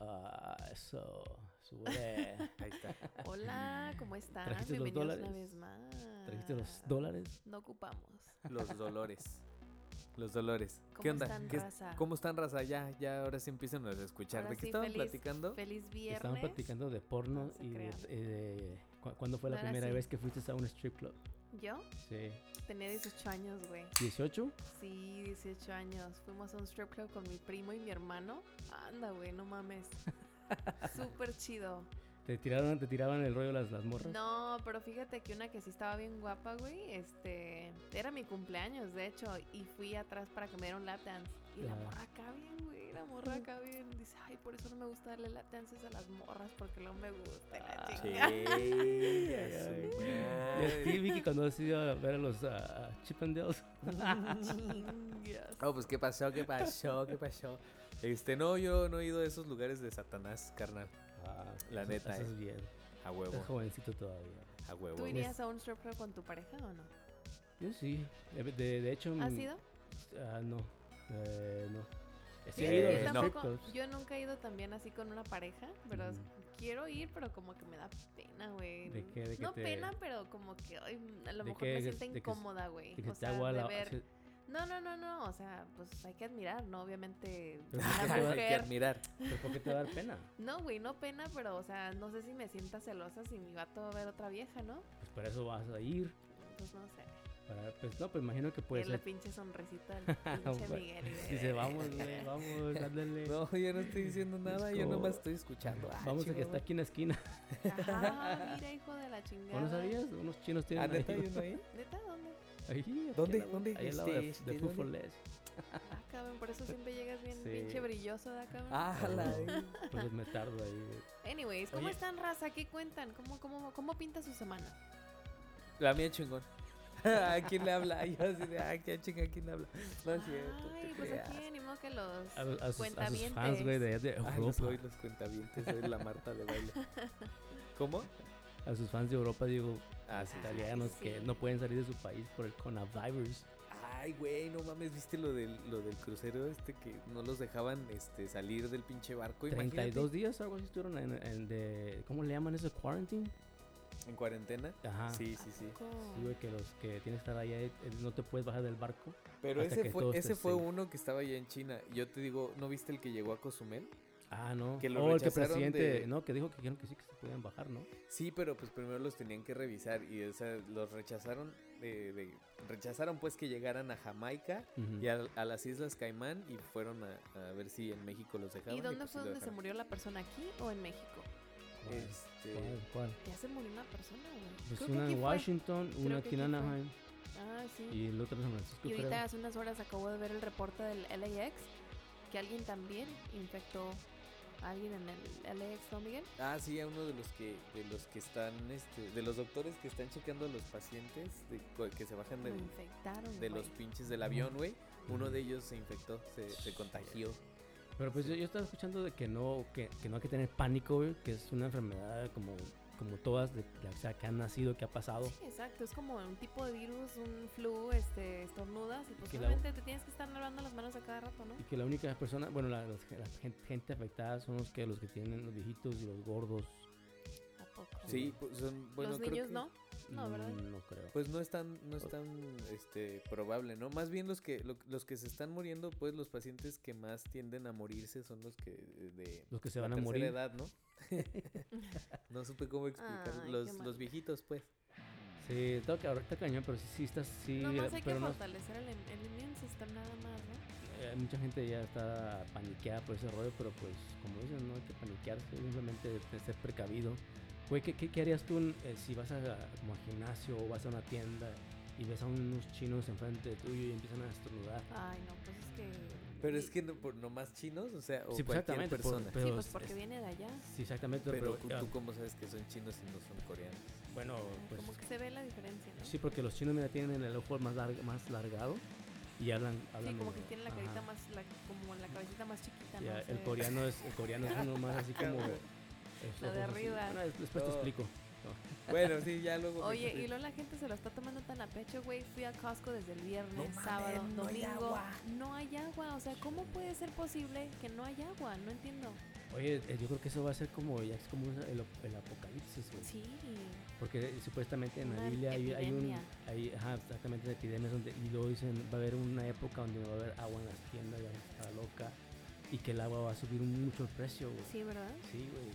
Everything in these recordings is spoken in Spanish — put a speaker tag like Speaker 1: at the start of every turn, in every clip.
Speaker 1: Ah, eso. Sube.
Speaker 2: Ahí está.
Speaker 3: Hola, ¿cómo están?
Speaker 1: ¿Trajiste los
Speaker 3: Bienvenidos una
Speaker 1: dólares?
Speaker 3: vez más.
Speaker 1: ¿Trajiste
Speaker 3: Ah.
Speaker 1: los dólares?
Speaker 3: No ocupamos.
Speaker 2: Los dolores. Los dolores.
Speaker 3: ¿Cómo
Speaker 2: ¿Qué onda?
Speaker 3: están,
Speaker 2: ¿Qué-
Speaker 3: raza?
Speaker 2: ¿Cómo están, raza? Ya, ya ahora sí empiezan a escuchar.
Speaker 3: Ahora
Speaker 2: ¿De qué
Speaker 3: sí,
Speaker 2: estaban
Speaker 3: feliz-
Speaker 2: platicando?
Speaker 3: Feliz viernes.
Speaker 1: Estaban platicando de porno
Speaker 3: No se
Speaker 1: y de,
Speaker 3: crean.
Speaker 1: eh, de cu- ¿Cuándo fue la
Speaker 3: No era
Speaker 1: primera
Speaker 3: así.
Speaker 1: vez que fuiste a un strip club?
Speaker 3: Yo
Speaker 1: Sí.
Speaker 3: tenía 18 años, güey.
Speaker 1: ¿18?
Speaker 3: Sí, 18 años. Fuimos a un strip club con mi primo y mi hermano. Anda, güey, no mames. Súper chido.
Speaker 1: ¿Te tiraron, te tiraban el rollo las, las morras?
Speaker 3: No, pero fíjate que una que sí estaba bien guapa, güey, este, era mi cumpleaños, de hecho, y fui atrás para que me diera un lap dance. Y la
Speaker 1: Ah.
Speaker 3: morra acá bien, güey, la morra acá bien. Dice, ay, por eso no me gusta darle lap dances a las morras, porque no me gusta la
Speaker 2: Sí,
Speaker 3: chica.
Speaker 2: Ah, ya
Speaker 1: Ay,
Speaker 2: su
Speaker 1: Y a ti,
Speaker 2: madre.
Speaker 1: Vicky, cuando has ido a ver a los ah, ah, Chip and Dales.
Speaker 3: Chingas.
Speaker 2: Oh, pues qué pasó, qué pasó, qué pasó. Este, no, yo no he ido a esos lugares de Satanás, carnal.
Speaker 1: Ah,
Speaker 2: La
Speaker 1: eso-
Speaker 2: neta,
Speaker 1: eso
Speaker 2: eh.
Speaker 1: es bien.
Speaker 2: A
Speaker 1: Estás
Speaker 2: huevo,
Speaker 1: jovencito todavía.
Speaker 2: a huevo.
Speaker 3: ¿Tú irías a un strip club con tu pareja o no?
Speaker 1: Yo sí. De, de- de hecho.
Speaker 3: ¿Has
Speaker 1: mm,
Speaker 3: ido?
Speaker 1: Ah, no. Eh, no. Sí,
Speaker 3: Fíjate
Speaker 1: he ido a
Speaker 3: que
Speaker 1: los
Speaker 2: no.
Speaker 1: strip
Speaker 3: tampoco-
Speaker 1: clubs.
Speaker 3: yo nunca he ido también así con una pareja, pero
Speaker 1: Mm.
Speaker 3: quiero ir, pero como que me da pena, güey.
Speaker 1: ¿De qué? ¿De que
Speaker 3: no
Speaker 1: te-
Speaker 3: pena, pero como que ay, a lo
Speaker 1: ¿De
Speaker 3: mejor
Speaker 1: qué? ¿De-
Speaker 3: me siento
Speaker 1: de que-
Speaker 3: incómoda, güey.
Speaker 1: Que
Speaker 3: O
Speaker 1: te
Speaker 3: sea,
Speaker 1: agua
Speaker 3: de
Speaker 1: la-
Speaker 3: ver...
Speaker 1: se-
Speaker 3: No, no, no, no, o sea, pues hay que admirar, ¿no? Obviamente,
Speaker 1: Pero
Speaker 3: una
Speaker 1: ¿por qué?
Speaker 2: Hay que
Speaker 3: mujer...
Speaker 2: admirar.
Speaker 1: ¿Pero por qué te va a dar pena?
Speaker 3: No, güey, no pena, pero, o sea, no sé si me sienta celosa si mi vato va a ver otra vieja, ¿no?
Speaker 1: Pues para eso vas a ir.
Speaker 3: Pues no sé,
Speaker 1: Para, pues no, pues imagino que puede
Speaker 3: que la
Speaker 1: ser.
Speaker 3: pinche sonrisita del pinche
Speaker 1: Bueno,
Speaker 3: Miguel. y-
Speaker 1: Dice, vamos, güey, vamos, ándale.
Speaker 2: No, yo no estoy diciendo nada, yo
Speaker 1: como-
Speaker 2: nomás estoy escuchando. Ah,
Speaker 1: vamos a que
Speaker 2: chihuahua.
Speaker 1: está aquí en la esquina.
Speaker 3: Ajá, mira, hijo de la chingada.
Speaker 1: ¿O no sabías? Unos chinos
Speaker 2: Ah,
Speaker 1: tienen
Speaker 2: ¿neta hay
Speaker 1: ahí.
Speaker 2: uno ahí?
Speaker 3: ¿Neta? ¿Dónde?
Speaker 1: ahí, aquí
Speaker 2: ¿Dónde?
Speaker 1: al lado-
Speaker 2: ¿Dónde?
Speaker 1: Ahí al lado de,
Speaker 2: Este, este,
Speaker 1: de
Speaker 2: ¿dónde?
Speaker 1: Fútboles.
Speaker 3: Ah, cabrón, por eso siempre llegas bien
Speaker 1: Sí.
Speaker 3: pinche brilloso de acá.
Speaker 2: Ah, la...
Speaker 1: Pues me tardo ahí. güey.
Speaker 3: Anyways, ¿cómo
Speaker 1: Oye.
Speaker 3: están, raza? ¿Qué cuentan? ¿Cómo, cómo, cómo pinta su semana?
Speaker 2: La mía chingón. ¿A quién le habla? Yo así de, ah, qué chinga, ¿a quién le habla? No es cierto.
Speaker 3: Ay,
Speaker 2: te
Speaker 3: pues
Speaker 2: creas.
Speaker 3: aquí ni modo que los
Speaker 1: A, los- a sus, a sus
Speaker 3: cuentavientes.
Speaker 1: fans, güey, de allá de
Speaker 2: Ay, los, Ah, soy
Speaker 1: Europa.
Speaker 2: los cuentavientes, soy la Marta de baile. ¿Cómo?
Speaker 1: A sus fans de Europa, digo,
Speaker 2: Ah,
Speaker 1: los
Speaker 2: sí, sí.
Speaker 1: italianos
Speaker 3: sí.
Speaker 1: que no pueden salir de su país por el coronavirus.
Speaker 2: Ay, güey, no mames, ¿viste lo del, lo del crucero este que no los dejaban este, salir del pinche barco? Pues, Imagínate,
Speaker 1: 32 días o algo así estuvieron en, en de, ¿cómo le llaman eso? Quarantine.
Speaker 2: ¿En cuarentena?
Speaker 1: Ajá.
Speaker 2: Sí,
Speaker 3: Ah,
Speaker 2: sí, sí.
Speaker 1: Sí, güey, que los que tienes que estar allá eh, no te puedes bajar del barco.
Speaker 2: Pero
Speaker 1: Hasta
Speaker 2: ese
Speaker 1: que
Speaker 2: fue,
Speaker 1: todos
Speaker 2: ese
Speaker 1: te
Speaker 2: fue
Speaker 1: sigan.
Speaker 2: uno que estaba allá en China. Yo te digo, ¿no viste el que llegó a Cozumel?
Speaker 1: Ah, no.
Speaker 2: Que lo
Speaker 1: Oh, el que
Speaker 2: rechazaron
Speaker 1: presidente,
Speaker 2: de-
Speaker 1: no, que dijo que dijeron que sí que se podían bajar, ¿no?
Speaker 2: Sí, pero pues primero los tenían que revisar y o sea, los rechazaron, de, de- rechazaron pues que llegaran a Jamaica
Speaker 1: Ujú.
Speaker 2: y a, a las Islas Caimán y fueron a, a ver si en México los dejaban.
Speaker 3: ¿Y dónde
Speaker 2: pues, sí
Speaker 3: fue
Speaker 2: lo
Speaker 3: donde se
Speaker 2: dejaron.
Speaker 3: murió la persona? ¿Aquí o en México?
Speaker 1: ¿Cuál?
Speaker 2: Este,
Speaker 1: ¿Cuál? cuál?
Speaker 3: Ya se murió una persona, güey.
Speaker 1: Pues
Speaker 3: Creo que
Speaker 1: una
Speaker 3: aquí
Speaker 1: en
Speaker 3: fue.
Speaker 1: Washington, una
Speaker 3: Creo que
Speaker 1: aquí en
Speaker 3: aquí fue.
Speaker 1: Anaheim
Speaker 3: Ah, sí.
Speaker 1: y el otro en San Francisco,
Speaker 3: Y ahorita
Speaker 1: creo.
Speaker 3: hace unas horas acabo de ver el reporte del LAX que alguien también infectó a alguien en el LAX, ¿no, Miguel?
Speaker 2: Ah, sí, a uno de los que de los que están este de los doctores que están checando a los pacientes de cu- que se bajan
Speaker 3: Lo
Speaker 2: del-
Speaker 3: infectaron,
Speaker 2: de
Speaker 3: güey.
Speaker 2: los pinches del avión, güey. Uno de ellos se infectó, se, se contagió.
Speaker 1: Pero pues yo, yo estaba escuchando de que no, que, que no hay que tener pánico, güey, que es una enfermedad como, como todas, de, de- o sea, que han nacido, que ha pasado.
Speaker 3: Sí, exacto, es como un tipo de virus, un flu, este, estornudas y pues
Speaker 1: Que la-
Speaker 3: obviamente te tienes que estar lavando las manos a cada rato, ¿no?
Speaker 1: Y que la única persona, bueno, la, las- la gente, gente afectada son los que los que tienen los viejitos y los gordos.
Speaker 3: ¿A poco?
Speaker 2: Sí, pues son bueno,
Speaker 3: los
Speaker 2: creo
Speaker 3: niños
Speaker 2: que-
Speaker 3: no. No,
Speaker 1: Mm,
Speaker 3: ¿verdad?
Speaker 1: No creo.
Speaker 2: Pues no es tan, no es tan este, probable, ¿no? Más bien los que, lo- los que se están muriendo, pues los pacientes que más tienden a morirse son los que eh, de
Speaker 1: Los que se
Speaker 2: la
Speaker 1: van a
Speaker 2: tercera
Speaker 1: morir.
Speaker 2: edad, ¿no? no supe cómo explicar.
Speaker 3: Ay,
Speaker 2: los,
Speaker 3: qué mal.
Speaker 2: los viejitos, pues.
Speaker 1: Sí, tengo que ahorita cañón, pero sí, sí estás, sí,
Speaker 3: Nomás hay
Speaker 1: pero
Speaker 3: que
Speaker 1: no,
Speaker 3: fortalecer el, el immune system nada más, ¿no?
Speaker 1: eh, mucha gente ya está paniqueada por ese rollo, pero pues, como dicen, no hay que paniquearse, simplemente de ser precavido. Güey, ¿qué, qué, qué harías tú eh, si vas a, como al gimnasio o vas a una tienda y ves a unos chinos enfrente de tuyo y empiezan a estornudar?
Speaker 3: Ay, no, pues es que...
Speaker 2: Pero es
Speaker 3: Sí,
Speaker 2: que no, por nomás chinos, o sea, o
Speaker 1: Sí, pues,
Speaker 2: cualquier
Speaker 1: exactamente, por-
Speaker 2: persona.
Speaker 1: pero
Speaker 3: pues
Speaker 1: es-
Speaker 3: porque viene de allá.
Speaker 1: Sí, exactamente, pero,
Speaker 2: pero tú,
Speaker 1: ah,
Speaker 2: tú cómo sabes que son chinos y no son coreanos.
Speaker 1: bueno, pues
Speaker 3: como que se ve la diferencia, ¿no?
Speaker 1: sí, porque los chinos mira, tienen el ojo más, largo más largado y hablan...
Speaker 3: Sí,
Speaker 1: hablan
Speaker 3: como que
Speaker 1: medio-
Speaker 3: tiene la
Speaker 1: ajá.
Speaker 3: carita más, la, como la cabecita más
Speaker 1: Ya,
Speaker 3: chiquita, ¿no? Se
Speaker 1: el
Speaker 3: ve-
Speaker 1: coreano es el coreano es uno más así como es
Speaker 3: Lo de
Speaker 1: ojos así.
Speaker 3: arriba.
Speaker 1: Bueno, des- después te
Speaker 2: No.
Speaker 1: explico.
Speaker 2: Bueno, sí, ya luego. me
Speaker 3: Oye, y
Speaker 2: explico.
Speaker 3: luego la gente se lo está tomando tan a pecho, güey. Fui a Costco desde el viernes,
Speaker 2: No
Speaker 3: sábado,
Speaker 2: mames, no hay
Speaker 3: domingo.
Speaker 2: agua.
Speaker 3: No hay agua. O sea, ¿cómo puede ser posible que no haya agua? No entiendo.
Speaker 1: Oye, eh, yo creo que eso va a ser como, ya es como el, el apocalipsis, güey.
Speaker 3: Sí.
Speaker 1: Porque eh, supuestamente en la
Speaker 3: Una
Speaker 1: Biblia hay, hay un.
Speaker 3: epidemia.
Speaker 1: Hay, ajá, exactamente, de epidemias donde. Y luego dicen, va a haber una época donde va a haber agua en las tiendas, la gente está loca. Y que el agua va a subir un- mucho el precio, güey.
Speaker 3: Sí, ¿verdad?
Speaker 1: Sí, güey.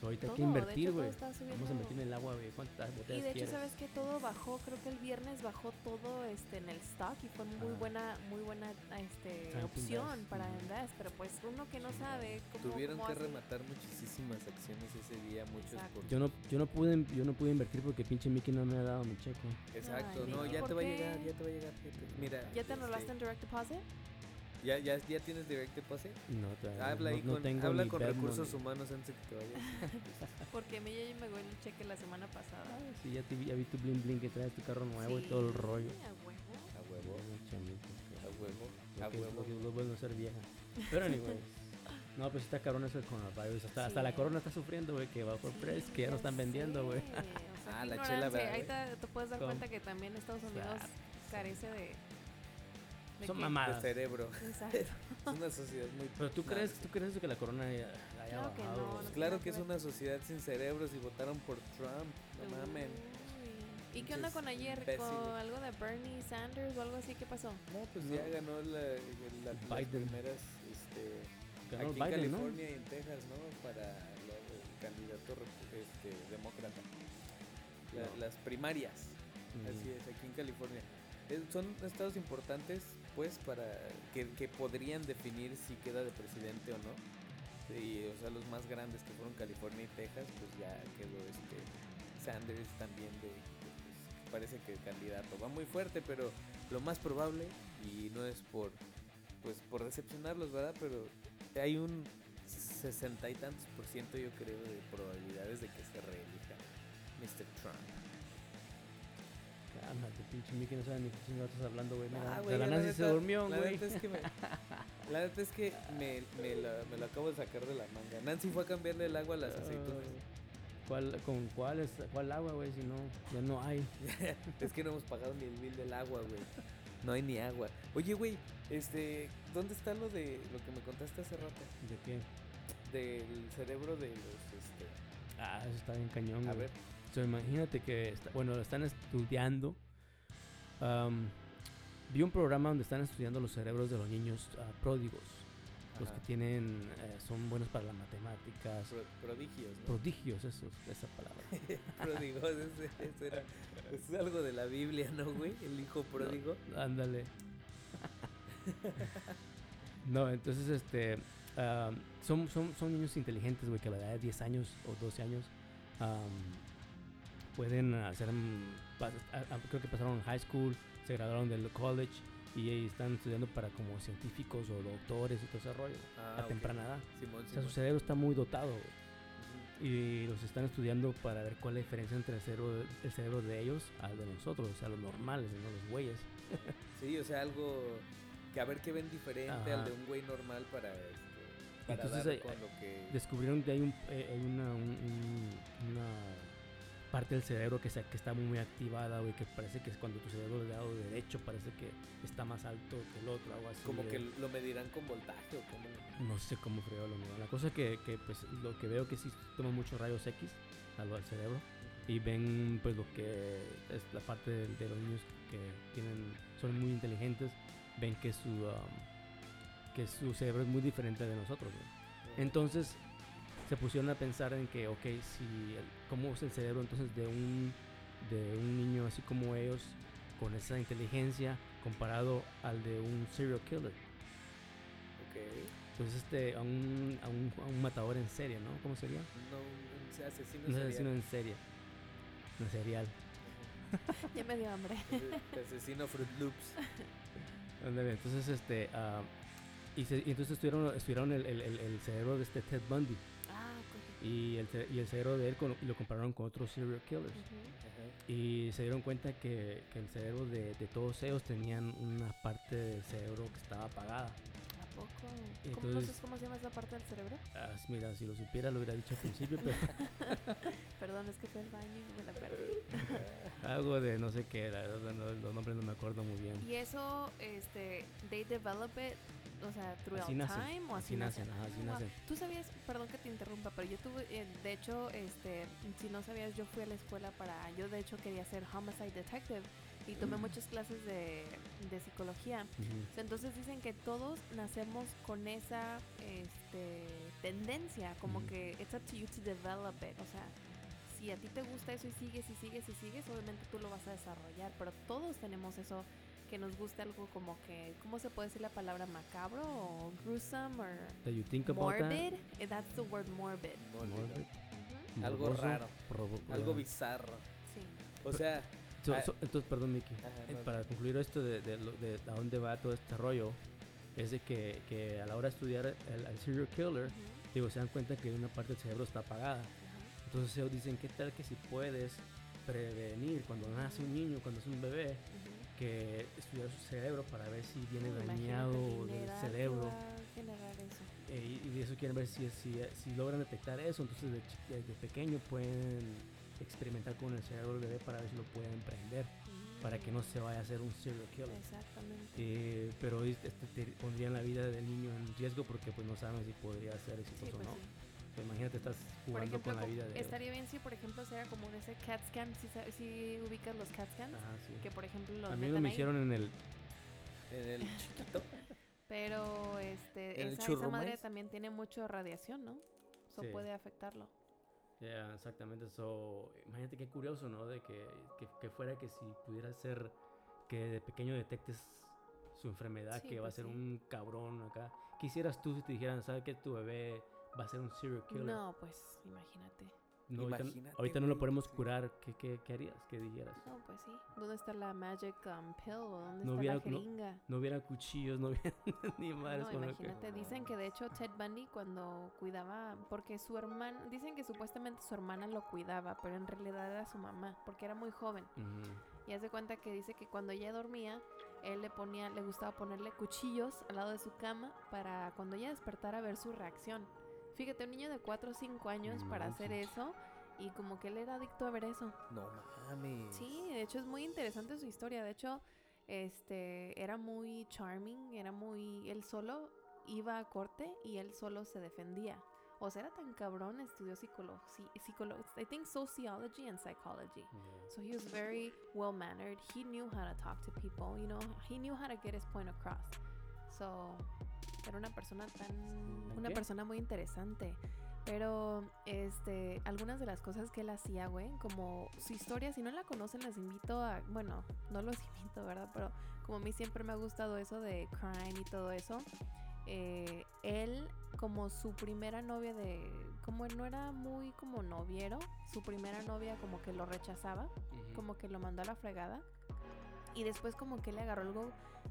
Speaker 1: So, ahorita hay
Speaker 3: Todo,
Speaker 1: que
Speaker 3: de hecho,
Speaker 1: invertir,
Speaker 3: todo
Speaker 1: güey.
Speaker 3: está subiendo.
Speaker 1: Vamos a invertir en el agua, güey. ¿Cuántas botellas
Speaker 3: Y de hecho,
Speaker 1: quieres?
Speaker 3: ¿sabes que Todo bajó, creo que el viernes bajó todo este en el stock y fue muy
Speaker 1: Ah.
Speaker 3: buena muy buena este,
Speaker 1: Something
Speaker 3: opción
Speaker 1: invest,
Speaker 3: para
Speaker 1: ujú.
Speaker 3: invest, pero pues uno que no
Speaker 1: Sí,
Speaker 3: sabe cómo
Speaker 2: Tuvieron
Speaker 3: cómo
Speaker 2: que
Speaker 3: hace-
Speaker 2: rematar muchísimas acciones ese día, muchos
Speaker 3: Exacto.
Speaker 2: por-
Speaker 1: Yo no, yo no pude, yo no pude invertir porque pinche Mickey no me ha dado mi cheque.
Speaker 2: Exacto,
Speaker 3: Ay,
Speaker 2: no,
Speaker 3: Vicky,
Speaker 2: ya
Speaker 3: ¿por
Speaker 2: te va a
Speaker 3: qué?
Speaker 2: llegar, ya te va a llegar. ya te- Mira.
Speaker 3: ¿Ya te
Speaker 2: este,
Speaker 3: anulaste en direct deposit?
Speaker 2: ¿Ya, ya, ya tienes direct deposit?
Speaker 1: No, todavía
Speaker 2: Habla
Speaker 1: no,
Speaker 2: ahí
Speaker 1: no
Speaker 2: con,
Speaker 1: tengo
Speaker 2: habla
Speaker 1: ni
Speaker 2: con
Speaker 1: Venmo
Speaker 2: recursos
Speaker 1: ni-
Speaker 2: humanos antes de que te vayas.
Speaker 3: Porque a mí ya me llegó el cheque la semana pasada.
Speaker 1: Ah, sí, ya, te vi, ya vi tu bling bling que traes tu carro nuevo y todo el
Speaker 3: Sí,
Speaker 1: rollo.
Speaker 3: a huevo.
Speaker 2: A huevo,
Speaker 1: Bueno, chamito, que-
Speaker 2: a huevo,
Speaker 1: lo
Speaker 2: a
Speaker 1: que es-
Speaker 2: huevo.
Speaker 1: lo que es lo bueno de ser vieja. Pero anyways. No, pues está cabrón eso del coronavirus. Hasta, hasta la
Speaker 3: Sí.
Speaker 1: corona está sufriendo, güey, que va por press, que ya no están vendiendo, güey.
Speaker 2: Ah,
Speaker 3: ah,
Speaker 2: la
Speaker 3: la
Speaker 2: chela verde.
Speaker 3: Ahí te, te puedes dar
Speaker 1: Son-
Speaker 3: cuenta que también Estados Unidos carece de. de
Speaker 1: Son
Speaker 3: que-
Speaker 2: De
Speaker 1: mamadas.
Speaker 2: cerebro.
Speaker 3: Exacto.
Speaker 2: Es una sociedad muy.
Speaker 1: Pero tú
Speaker 2: No,
Speaker 1: crees,
Speaker 2: no sé.
Speaker 1: tú crees que la corona haya, haya
Speaker 3: Claro que
Speaker 1: bajado.
Speaker 3: no,
Speaker 1: güey?
Speaker 3: no
Speaker 2: Pues Claro
Speaker 3: tiene
Speaker 2: que es
Speaker 3: que ver.
Speaker 2: una sociedad sin cerebros y votaron por Trump. No mamen.
Speaker 3: Uy. ¿Y qué onda
Speaker 2: Pinches
Speaker 3: con ayer?
Speaker 2: imbéciles.
Speaker 3: ¿Con algo de Bernie Sanders o algo así? ¿Qué pasó?
Speaker 2: No, pues
Speaker 1: No.
Speaker 2: ya ganó la, la- las
Speaker 1: Biden.
Speaker 2: primeras. Este,
Speaker 1: Ganó
Speaker 2: aquí en
Speaker 1: Biden, ¿no?
Speaker 2: California y en Texas, ¿no? Para la- el candidato repu- este, demócrata. La-
Speaker 1: No.
Speaker 2: Las primarias.
Speaker 1: Mm.
Speaker 2: Así es, aquí en California. Es- son estados importantes, pues, para que, que podrían definir si queda de presidente o no. Y, o sea, los más grandes que fueron California y Texas, pues ya quedó este Sanders también de, pues, parece que candidato. Va muy fuerte, pero lo más probable, y no es por, pues, por decepcionarlos, ¿verdad? Pero hay un sesenta y tantos por ciento, yo creo, de probabilidades de que se reelija Mr. Trump.
Speaker 1: Cálmate, pinche Mickey, no sabe ni qué chingados estás hablando, güey. Mira,
Speaker 2: Ah,
Speaker 1: de
Speaker 2: güey,
Speaker 1: la
Speaker 2: la
Speaker 1: Nancy se
Speaker 2: neta-
Speaker 1: durmió,
Speaker 2: La
Speaker 1: güey.
Speaker 2: neta es que, me, la neta es que me, me la- me lo acabo de sacar de la manga. Nancy fue a cambiarle el agua a las aceitunas.
Speaker 1: Ah, ¿Cuál, ¿Con cuál, es, cuál agua, güey? Si no, ya no hay. Ah.
Speaker 2: Es que no hemos pagado ni el bill del agua, güey. No hay ni agua. Oye, güey, este, ¿dónde está lo de lo que me contaste hace rato?
Speaker 1: ¿De qué?
Speaker 2: Del cerebro de los,
Speaker 1: Ah, eso está bien cañón,
Speaker 2: este, a
Speaker 1: güey.
Speaker 2: ver,
Speaker 1: So, imagínate que, está- bueno, lo están estudiando. Am, vi un programa donde están estudiando los cerebros de los niños ah, pródigos. Los
Speaker 2: ajá,
Speaker 1: que tienen, eh, son buenos para las matemáticas.
Speaker 2: pro- prodigios, ¿no?
Speaker 1: Prodigios, eso, esa palabra.
Speaker 2: Pródigos, ese- ese era- es algo de la Biblia, ¿no, güey? El hijo pródigo.
Speaker 1: Ándale. no, entonces, este, am, son, son, son niños inteligentes, güey, que a la edad de 10 años o 12 años am, pueden hacer, mm, pas- a- a- creo que pasaron high school, se graduaron del college y, ahí están estudiando para como científicos o doctores y todo ese rollo
Speaker 2: Ah,
Speaker 1: a
Speaker 2: ok.
Speaker 1: temprana edad.
Speaker 2: Simón,
Speaker 1: O sea, su
Speaker 2: Simón.
Speaker 1: cerebro está muy dotado, güey
Speaker 2: Ujú.
Speaker 1: y los están estudiando para ver cuál es la diferencia entre el cerebro, el cerebro de ellos al de nosotros, o sea, los normales, no los güeyes.
Speaker 2: Sí, o sea, algo que a ver qué ven diferente al
Speaker 1: Ajá.
Speaker 2: de un güey normal para, este, para
Speaker 1: Entonces,
Speaker 2: dar
Speaker 1: eh,
Speaker 2: con lo que...
Speaker 1: Descubrieron que hay, un, eh, hay una, un- un- una parte del cerebro que, se- que está muy activada, güey, que parece que es cuando tu cerebro del lado derecho parece que está más alto que el otro, algo así.
Speaker 2: como
Speaker 1: güey.
Speaker 2: que lo medirán con voltaje o como...
Speaker 1: No sé cómo fregado lo miran. La cosa que, que, pues, lo que veo que sí toma muchos rayos X al, al cerebro y ven, pues, lo que es la parte de, de los niños que tienen, son muy inteligentes, ven que su, um, que su cerebro es muy diferente de nosotros. güey. Entonces, se pusieron a pensar en que, ok, si, el- ¿cómo es el cerebro entonces de un, de un niño así como ellos, con esa inteligencia, comparado al de un serial killer?
Speaker 2: Ok.
Speaker 1: Pues este, a un, a un, a un matador en serie, ¿no? ¿Cómo sería?
Speaker 2: No, un asesino
Speaker 1: Un
Speaker 2: serial.
Speaker 1: asesino en serie. Un serial.
Speaker 3: Ya me dio hambre.
Speaker 2: Ajá. asesino Fruit Loops.
Speaker 1: Ándale, Entonces, este, ah, y, se- y entonces estuvieron, estuvieron el, el- el- el cerebro de este Ted Bundy
Speaker 3: Ah, con-
Speaker 1: y el, cere- y el cerebro de él con- lo compararon con otros serial killers.
Speaker 3: ujú.
Speaker 2: Ajá.
Speaker 1: Y se dieron cuenta que, que el cerebro de, de todos ellos tenían una parte del cerebro que estaba apagada.
Speaker 3: poco. ¿Cómo, no
Speaker 1: Entonces-
Speaker 3: sabes cómo se llama esa parte del cerebro?
Speaker 1: Ah, mira, si lo supiera lo hubiera dicho al principio, pero
Speaker 3: Perdón, es que fue el baño y me la perdí.
Speaker 1: algo de no sé qué, la verdad, no- los nombres no me acuerdo muy bien.
Speaker 3: Y eso, este, they develop it, o sea, throughout
Speaker 1: Así nacen,
Speaker 3: time o así,
Speaker 1: así nacen, ajá, así
Speaker 3: Ah, guau.
Speaker 1: nacen.
Speaker 3: Tú sabías, perdón que te interrumpa, pero yo tuve, eh, de hecho, este, si no sabías, yo fui a la escuela para, yo de hecho quería ser homicide detective y tomé muchas clases de, de psicología.
Speaker 1: Ujú.
Speaker 3: Entonces dicen que todos nacemos con esa este, tendencia, como
Speaker 1: Ujú.
Speaker 3: que it's up to you to develop it. O sea, si a ti te gusta eso y sigues y sigues y sigues, obviamente tú lo vas a desarrollar, pero todos tenemos eso que nos gusta algo como que, ¿cómo se puede decir la palabra macabro o gruesome o
Speaker 1: Do you think about that?
Speaker 3: morbid? Eh, That's the word morbid.
Speaker 2: Mole,
Speaker 1: Morbid.
Speaker 2: ¿no?
Speaker 3: Ujú,
Speaker 2: Algo
Speaker 1: Morboso,
Speaker 2: raro,
Speaker 1: provo-
Speaker 2: Algo
Speaker 1: ah.
Speaker 2: bizarro.
Speaker 3: Sí.
Speaker 2: O sea,
Speaker 1: So-
Speaker 2: Ah.
Speaker 1: so- entonces, perdón, Miki.
Speaker 2: Ajá,
Speaker 1: Eh,
Speaker 2: no,
Speaker 1: Para concluir esto de, de lo- de a dónde va todo este rollo, es de que, que a la hora de estudiar el, al serial killer,
Speaker 3: Ujú,
Speaker 1: digo, se dan cuenta que una parte del cerebro está apagada.
Speaker 3: ujú.
Speaker 1: Entonces ellos dicen, ¿qué tal que si puedes prevenir cuando nace un niño, cuando es un bebé, que estudiar su cerebro para ver si viene
Speaker 3: Imagínate
Speaker 1: dañado del
Speaker 3: generar- ¿qué
Speaker 1: cerebro?
Speaker 3: va a generar eso?
Speaker 1: Eh, y, y de eso quieren ver si, si, si logran detectar eso. Entonces de chi- desde pequeño pueden experimentar con el cerebro del bebé para ver si lo pueden prender, para que no se vaya a hacer un serial killer.
Speaker 3: Exactamente.
Speaker 1: Eh, pero es- este, te pondrían la vida del niño en riesgo porque pues no saben si podría ser
Speaker 3: Sí,
Speaker 1: exitoso
Speaker 3: pues
Speaker 1: o no.
Speaker 3: sí.
Speaker 1: O sea, imagínate, estás
Speaker 3: Por
Speaker 1: jugando
Speaker 3: ejemplo,
Speaker 1: con la
Speaker 3: como-
Speaker 1: vida de...
Speaker 3: estaría bien si, por ejemplo, se era como en ese CAT scan, si, sa- si ubicas los CAT scans,
Speaker 1: Ajá, sí.
Speaker 3: que por ejemplo los
Speaker 1: A mí
Speaker 3: metan
Speaker 1: no me
Speaker 3: ahí,
Speaker 1: hicieron en el...
Speaker 2: en el chiquito.
Speaker 3: pero este,
Speaker 2: en el
Speaker 3: esa, esa madre
Speaker 2: churrumais.
Speaker 3: también tiene mucho radiación, ¿no? Eso
Speaker 1: Sí.
Speaker 3: puede afectarlo.
Speaker 1: Ya, exactamente, eso... Imagínate qué curioso, ¿no? De que, que, que fuera que si pudiera ser que de pequeño detectes su enfermedad,
Speaker 3: Sí,
Speaker 1: que va a
Speaker 3: pues
Speaker 1: ser
Speaker 3: sí.
Speaker 1: un cabrón acá. ¿Qué hicieras tú si te dijeran, sabes que tu bebé va a ser un serial killer?
Speaker 3: No, pues imagínate.
Speaker 1: No, ahorita,
Speaker 2: Imagínate,
Speaker 1: ahorita no lo
Speaker 2: güey,
Speaker 1: podemos
Speaker 2: sí.
Speaker 1: curar. ¿Qué, qué, qué harías? ¿Qué dijeras?
Speaker 3: No, pues sí. ¿Dónde está la magic um, pill? ¿O ¿Dónde
Speaker 1: No
Speaker 3: está
Speaker 1: hubiera-
Speaker 3: la
Speaker 1: no-
Speaker 3: jeringa?
Speaker 1: No hubiera cuchillos, no hubiera ni
Speaker 3: No,
Speaker 1: madres con lo que...
Speaker 3: imagínate, dicen que de hecho Ted Bundy cuando cuidaba, porque su hermana, dicen que supuestamente su hermana lo cuidaba, pero en realidad era su mamá, porque era muy joven.
Speaker 1: Ujú.
Speaker 3: Y hace cuenta que dice que cuando ella dormía, él le ponía, le gustaba ponerle cuchillos al lado de su cama para cuando ella despertara ver su reacción. Fíjate, un niño de 4 o 5 años
Speaker 1: No
Speaker 3: para hacer eso y como que él era adicto a ver eso.
Speaker 2: No mames.
Speaker 3: Sí, de hecho es muy interesante su historia. De hecho, este era muy charming, era muy él solo iba a corte y él solo se defendía. O sea, era tan cabrón, estudió psicología, I think sociology and psychology.
Speaker 1: Ya.
Speaker 3: So he was very well mannered. He knew how to talk to people, you know, he knew how to get his point across. So, era una persona tan.
Speaker 1: ¿tan
Speaker 3: Una
Speaker 1: qué?
Speaker 3: persona muy interesante. Pero, este, algunas de las cosas que él hacía, güey, como su historia, si no la conocen, les invito a. Bueno, no los invito, ¿verdad? Pero como a mí siempre me ha gustado eso de crime y todo eso. eh, él, como su primera novia de. Como él no era muy como noviero, su primera novia como que lo rechazaba
Speaker 1: Ujú.
Speaker 3: como que lo mandó a la fregada. Y después como que le agarró algo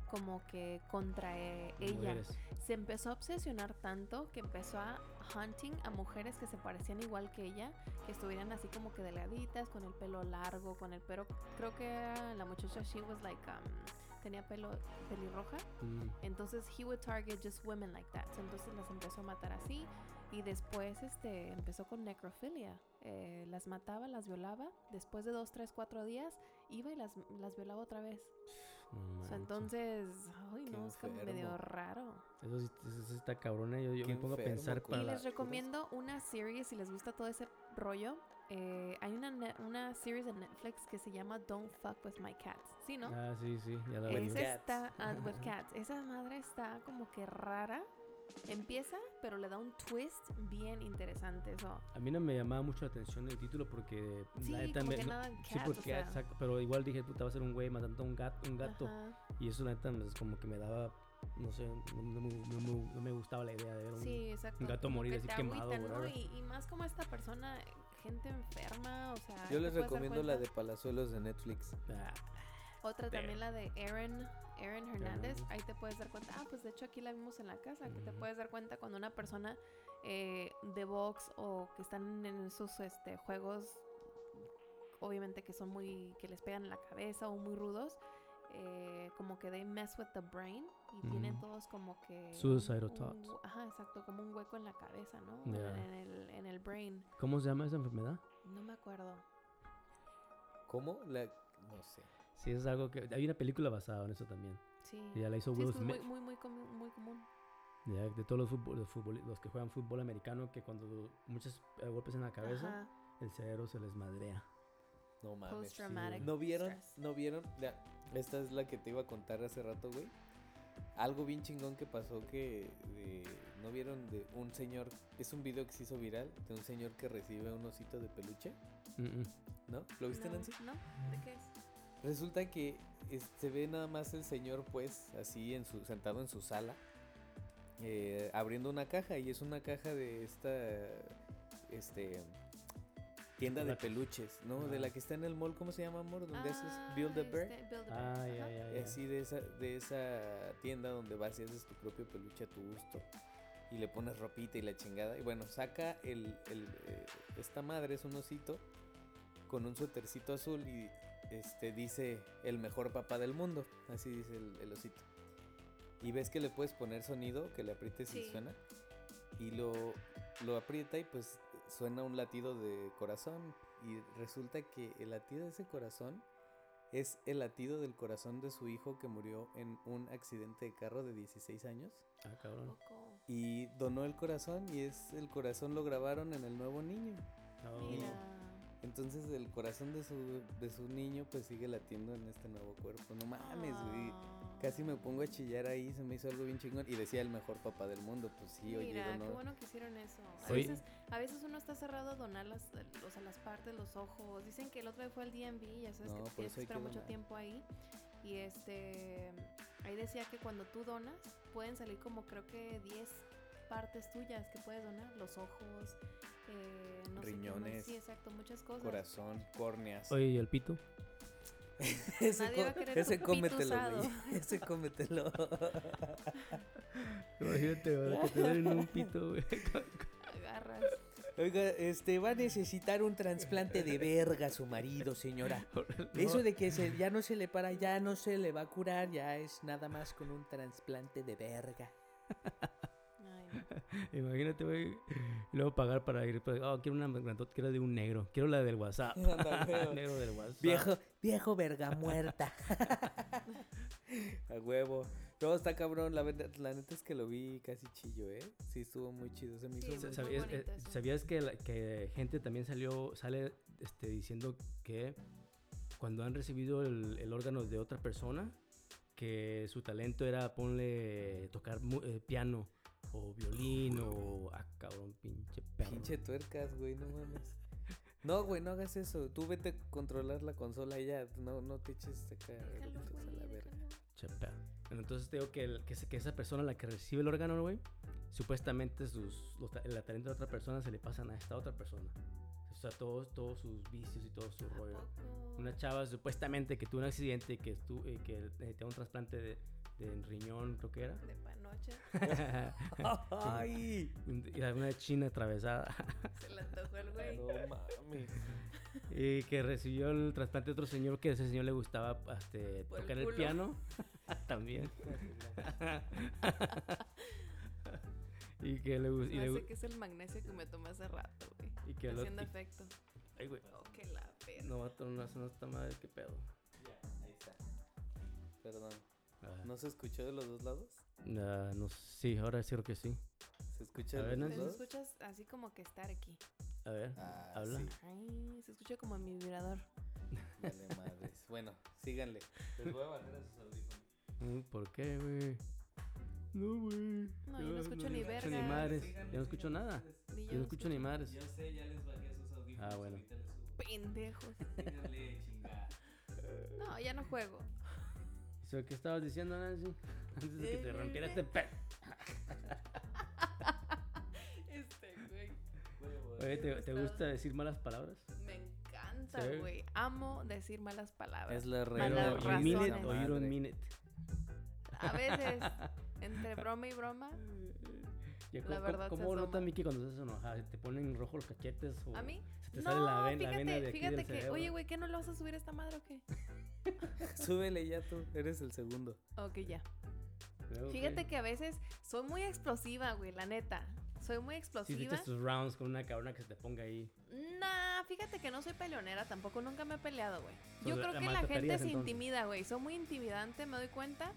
Speaker 3: como que contra eh, ella.
Speaker 1: Mujeres.
Speaker 3: Se empezó a obsesionar tanto que empezó a hunting a mujeres que se parecían igual que ella, que estuvieran así como que delgaditas, con el pelo largo, con el pelo... Creo que era la muchacha, she was like... um, tenía pelo pelirroja.
Speaker 1: Mm.
Speaker 3: Entonces he would target just women like that. So, Entonces las empezó a matar así y después este empezó con necrofilia. Eh, las mataba, las violaba. Después de dos, tres, cuatro días iba y las, las violaba otra vez.
Speaker 1: No
Speaker 3: So,
Speaker 1: manches.
Speaker 3: entonces, ay
Speaker 2: Qué
Speaker 3: no, es como
Speaker 2: enfermo.
Speaker 3: medio raro.
Speaker 1: Eso sí, eso sí está cabrona. Yo, yo
Speaker 2: Qué
Speaker 1: me pongo a
Speaker 2: enfermo,
Speaker 1: pensar
Speaker 2: güey.
Speaker 1: para.
Speaker 3: y
Speaker 1: la-
Speaker 3: les recomiendo una serie si les gusta todo ese rollo. Eh, hay una, ne- una serie de Netflix que se llama Don't Fuck With My Cats. ¿Sí, no?
Speaker 1: Ah, sí, sí, ya la
Speaker 2: With
Speaker 1: vi.
Speaker 3: Esa
Speaker 2: cats.
Speaker 3: está ah, with cats. Esa madre está como que rara. Empieza, pero le da un twist bien interesante. So,
Speaker 1: A mí no me llamaba mucho la atención el título porque
Speaker 3: sí,
Speaker 1: la neta
Speaker 3: como
Speaker 1: me.
Speaker 3: que
Speaker 1: no-
Speaker 3: nada en
Speaker 1: sí,
Speaker 3: cats,
Speaker 1: porque
Speaker 3: o sea,
Speaker 1: exacto, pero igual dije, puta, va a ser un güey matando a un gato. Un gato.
Speaker 3: ajá.
Speaker 1: Y eso, la neta, es como que me daba. No sé, no, no me- no me- no me gustaba la idea de ver un.
Speaker 3: Sí, exacto.
Speaker 1: gato
Speaker 3: como
Speaker 1: morir
Speaker 3: que
Speaker 1: así
Speaker 3: te
Speaker 1: quemado,
Speaker 3: agüita, ¿no?
Speaker 1: whatever.
Speaker 3: y, y más como esta persona, gente enferma, o sea.
Speaker 2: Yo
Speaker 3: te
Speaker 2: les
Speaker 3: puedes dar
Speaker 2: recomiendo la de
Speaker 3: cuenta.
Speaker 2: Palazuelos de Netflix.
Speaker 1: Ah,
Speaker 3: Otra también la de Aaron. Aaron Hernández,
Speaker 1: Hernández. Mm.
Speaker 3: ahí te puedes dar cuenta. Ah, pues de hecho aquí la vimos en la casa, que te
Speaker 1: Ujú.
Speaker 3: puedes dar cuenta cuando una persona eh, de box o que están en esos este, juegos, obviamente que son muy, que les pegan en la cabeza o muy rudos, eh, como que they mess with the brain y tienen
Speaker 1: Ujú.
Speaker 3: todos como que...
Speaker 1: Mm. Suicidal
Speaker 3: un
Speaker 1: thoughts.
Speaker 3: hue- Ajá, exacto, como un hueco en la cabeza, ¿no? O
Speaker 1: Ya.
Speaker 3: En, el, en el brain.
Speaker 1: ¿Cómo se llama esa enfermedad?
Speaker 3: No me acuerdo.
Speaker 2: ¿Cómo? La... No sé.
Speaker 1: Sí, es algo que... Hay una película basada en eso también.
Speaker 3: Sí.
Speaker 1: Y Ya la hizo
Speaker 3: Sí,
Speaker 1: Will
Speaker 3: es muy,
Speaker 1: Smith.
Speaker 3: muy, muy, comu- muy común.
Speaker 1: ya, de todos los, futbol- los, futbol- los que juegan fútbol americano, que cuando muchos eh, golpes en la cabeza,
Speaker 3: Ajá.
Speaker 1: el cerebro se les madrea.
Speaker 2: No mames.
Speaker 3: Post traumatic.
Speaker 2: ¿No vieron?
Speaker 3: stress.
Speaker 2: ¿No vieron? La- esta es la que te iba a contar hace rato, güey. Algo bien chingón que pasó que eh, no vieron de un señor, es un video que se hizo viral de un señor que recibe un osito de peluche,
Speaker 1: Mm, mm.
Speaker 2: ¿no? ¿Lo viste,
Speaker 3: no,
Speaker 2: Nancy?
Speaker 3: ¿No? ¿De qué es?
Speaker 2: Resulta que es- se ve nada más el señor, pues, así en su, sentado en su sala, eh, abriendo una caja. Y es una caja de esta este tienda de
Speaker 1: Chocolate.
Speaker 2: peluches, ¿no? De
Speaker 1: Ajá.
Speaker 2: la que está en el mall, ¿cómo se llama, amor? Donde haces Build a
Speaker 3: Ah,
Speaker 2: Bear.
Speaker 3: este, Build a Bear,
Speaker 1: Ah, ya,
Speaker 3: ajá.
Speaker 1: ya, ya.
Speaker 2: Así de esa, de esa tienda donde vas y haces tu propio peluche a tu gusto. Y le pones ropita y la chingada. Y bueno, saca el, el, eh, esta madre, es un osito, con un suétercito azul y este dice el mejor papá del mundo. Así dice el, el osito. Y ves que le puedes poner sonido, que le aprietes y
Speaker 3: Sí.
Speaker 2: suena. Y lo, lo aprieta y pues suena un latido de corazón. Y resulta que el latido de ese corazón es el latido del corazón de su hijo que murió en un accidente de carro de 16 años.
Speaker 1: Ah, cabrón.
Speaker 3: Poco.
Speaker 2: Y donó el corazón y es el corazón lo grabaron en el nuevo niño.
Speaker 1: No.
Speaker 3: Mira.
Speaker 2: Entonces el corazón de su, de su niño pues sigue latiendo en este nuevo cuerpo. No mames, güey.
Speaker 3: Ah.
Speaker 2: Casi me pongo a chillar ahí, se me hizo algo bien chingón. Y decía el mejor papá del mundo, pues sí, oye,
Speaker 3: Mira,
Speaker 2: donó-
Speaker 3: qué bueno que hicieron eso. A
Speaker 1: Oye.
Speaker 3: veces, a veces uno está cerrado a donar las, eh, o sea, las partes, los ojos. Dicen que el otro día fue al DMV, ya sabes
Speaker 2: No,
Speaker 3: que
Speaker 2: por eso
Speaker 3: te tienes que
Speaker 2: hay que
Speaker 3: esperar mucho
Speaker 2: donar.
Speaker 3: tiempo ahí. Y este, ahí decía que cuando tú donas, pueden salir como creo que 10 partes tuyas que puedes donar. Los ojos, eh, no sé qué más.
Speaker 2: Riñones.
Speaker 3: Sí, exacto, muchas cosas.
Speaker 2: corazón, córneas.
Speaker 1: Oye, ¿y el pito?
Speaker 2: ese,
Speaker 3: Nadie va a
Speaker 2: có-
Speaker 3: querer
Speaker 2: ese
Speaker 3: tu pito
Speaker 2: cómetelo, güey.
Speaker 3: usado.
Speaker 2: Ese cómetelo.
Speaker 1: Imagínate, ¿verdad? Que te den un pito, güey.
Speaker 3: Agarras.
Speaker 2: Oiga, este va a necesitar un trasplante de verga su marido, señora.
Speaker 1: No,
Speaker 2: Eso de que se- ya no se le para, ya no se le va a curar, ya es nada más con un trasplante de verga.
Speaker 3: Ay, no.
Speaker 1: Imagínate, güey. Y luego pagar para ir. pues, Oh, quiero una grandota, quiero de un negro. Quiero la del WhatsApp. Ah,
Speaker 2: Ándale.
Speaker 1: negro del WhatsApp.
Speaker 2: Viejo, viejo verga muerta. a huevo. No, está cabrón, la, verdad- la neta es que lo vi casi chillo, ¿eh? Sí, estuvo muy chido, se me
Speaker 3: Sí,
Speaker 2: hizo
Speaker 1: Sa-
Speaker 3: muy-
Speaker 2: muy-
Speaker 1: ¿Sabías,
Speaker 3: bonito
Speaker 1: eh,
Speaker 3: eso.
Speaker 1: sabías que, la- que gente también salió, sale este, diciendo que cuando han recibido el, el órgano de otra persona, que su talento era ponle tocar mu- eh, piano o violín o ah, cabrón, pinche perro.
Speaker 2: Pinche tuercas, güey, no mames. No, güey, no hagas eso. Tú vete a controlar la consola y ya. No, no te eches acá.
Speaker 3: Déjalo,
Speaker 2: eructos a
Speaker 3: güey,
Speaker 2: la verga.
Speaker 3: déjalo.
Speaker 1: Che, perro. Bueno, Entonces te digo que, el- que, se- que esa persona, la que recibe el órgano, güey, supuestamente sus, los ta- el talento de otra persona se le pasan a esta otra persona. O sea, todos, todos sus vicios y todo su
Speaker 3: ¿A
Speaker 1: rollo.
Speaker 3: poco?
Speaker 1: Una chava supuestamente que tuvo un accidente, que, estu eh, que necesitaba un trasplante de, de riñón, creo que
Speaker 3: De panocha.
Speaker 1: era.
Speaker 2: ¡Ay!
Speaker 1: y era una china atravesada.
Speaker 3: Se le antojó el güey.
Speaker 2: No mames.
Speaker 1: y que recibió el trasplante de otro señor que a ese señor le gustaba este,
Speaker 3: Por el
Speaker 1: tocar el,
Speaker 3: culo.
Speaker 1: piano. También. y que le gus-
Speaker 3: Se
Speaker 1: y le
Speaker 3: me hace
Speaker 1: gu-
Speaker 3: que es el magnesio que me tomé hace rato, güey.
Speaker 1: y que
Speaker 3: Está
Speaker 1: el otro-
Speaker 3: haciendo
Speaker 1: y-
Speaker 3: efecto.
Speaker 1: ay, güey,
Speaker 3: Oh, qué la verga.
Speaker 1: No va a tornar no esta madre, qué pedo.
Speaker 2: Ahí está. Perdón.
Speaker 1: Ah,
Speaker 2: ¿No se escuchó de los dos lados?
Speaker 1: ah, no, sí, ahora sí creo que sí.
Speaker 2: ¿Se escucha
Speaker 1: A
Speaker 2: de
Speaker 1: ver,
Speaker 2: los
Speaker 1: Nancy.
Speaker 3: Pero
Speaker 2: dos?
Speaker 3: escuchas así como que estar aquí.
Speaker 1: A ver,
Speaker 2: Ah,
Speaker 1: habla.
Speaker 2: sí,
Speaker 3: Ay, se escucha como mi vibrador.
Speaker 2: vale madres. Bueno, síganle. Les voy a bajar a sus audífonos.
Speaker 1: Mm, ¿Por qué, güey? No, güey.
Speaker 3: No, yo no escucho ni
Speaker 1: escucho ni
Speaker 3: vergas.
Speaker 1: madres. Yo no escucho nada.
Speaker 3: Ni
Speaker 1: Yo no escucho ni madres.
Speaker 2: sé, ya les bajé a sus audífonos.
Speaker 1: Ah, bueno.
Speaker 2: ahorita les subo.
Speaker 3: Pendejos.
Speaker 2: Síganle, chingada.
Speaker 3: No, ya no juego.
Speaker 1: ¿Eso ¿Qué estabas diciendo, Nancy? Antes de que te rompiera este pe...
Speaker 3: Este güey.
Speaker 2: Huevo.
Speaker 1: Oye, ¿te,
Speaker 3: me
Speaker 1: te
Speaker 3: estaba-
Speaker 1: gusta decir malas palabras?
Speaker 3: Me encanta,
Speaker 1: Sí.
Speaker 3: güey. Amo decir malas palabras.
Speaker 2: Es la
Speaker 1: Pero,
Speaker 3: Malas
Speaker 1: ¿you mean it
Speaker 3: razones.
Speaker 1: or you don't
Speaker 2: Madre.
Speaker 1: mean it?
Speaker 3: A veces, entre broma y broma.
Speaker 1: Ya,
Speaker 3: Mm. La
Speaker 1: ¿cómo-
Speaker 3: verdad se
Speaker 1: ¿Cómo nota
Speaker 3: asoma.
Speaker 1: Miki cuando estás enojada? ¿Se ¿Te ponen rojos los cachetes o
Speaker 3: ¿A mí?
Speaker 1: se te sale
Speaker 3: No,
Speaker 1: la, ven- la
Speaker 3: fíjate,
Speaker 1: vena de aquí
Speaker 3: fíjate
Speaker 1: del
Speaker 3: que.
Speaker 1: cerebro?
Speaker 3: Oye, güey, ¿qué no lo vas a subir a esta madre o qué?
Speaker 2: Súbele ya tú, eres el segundo.
Speaker 3: Ok, ya.
Speaker 1: Luego,
Speaker 3: Fíjate
Speaker 1: güey,
Speaker 3: que a veces soy muy explosiva, güey, la neta. Soy muy
Speaker 1: Sí,
Speaker 3: explosiva.
Speaker 1: diste tus rounds con una cabrona que se te ponga ahí.
Speaker 3: Nah, fíjate que no soy peleonera tampoco, nunca me he peleado, güey.
Speaker 1: Entonces,
Speaker 3: Yo creo que
Speaker 1: además,
Speaker 3: la
Speaker 1: te
Speaker 3: gente
Speaker 1: peleas,
Speaker 3: se
Speaker 1: entonces.
Speaker 3: intimida, güey. Soy muy intimidante, me doy cuenta,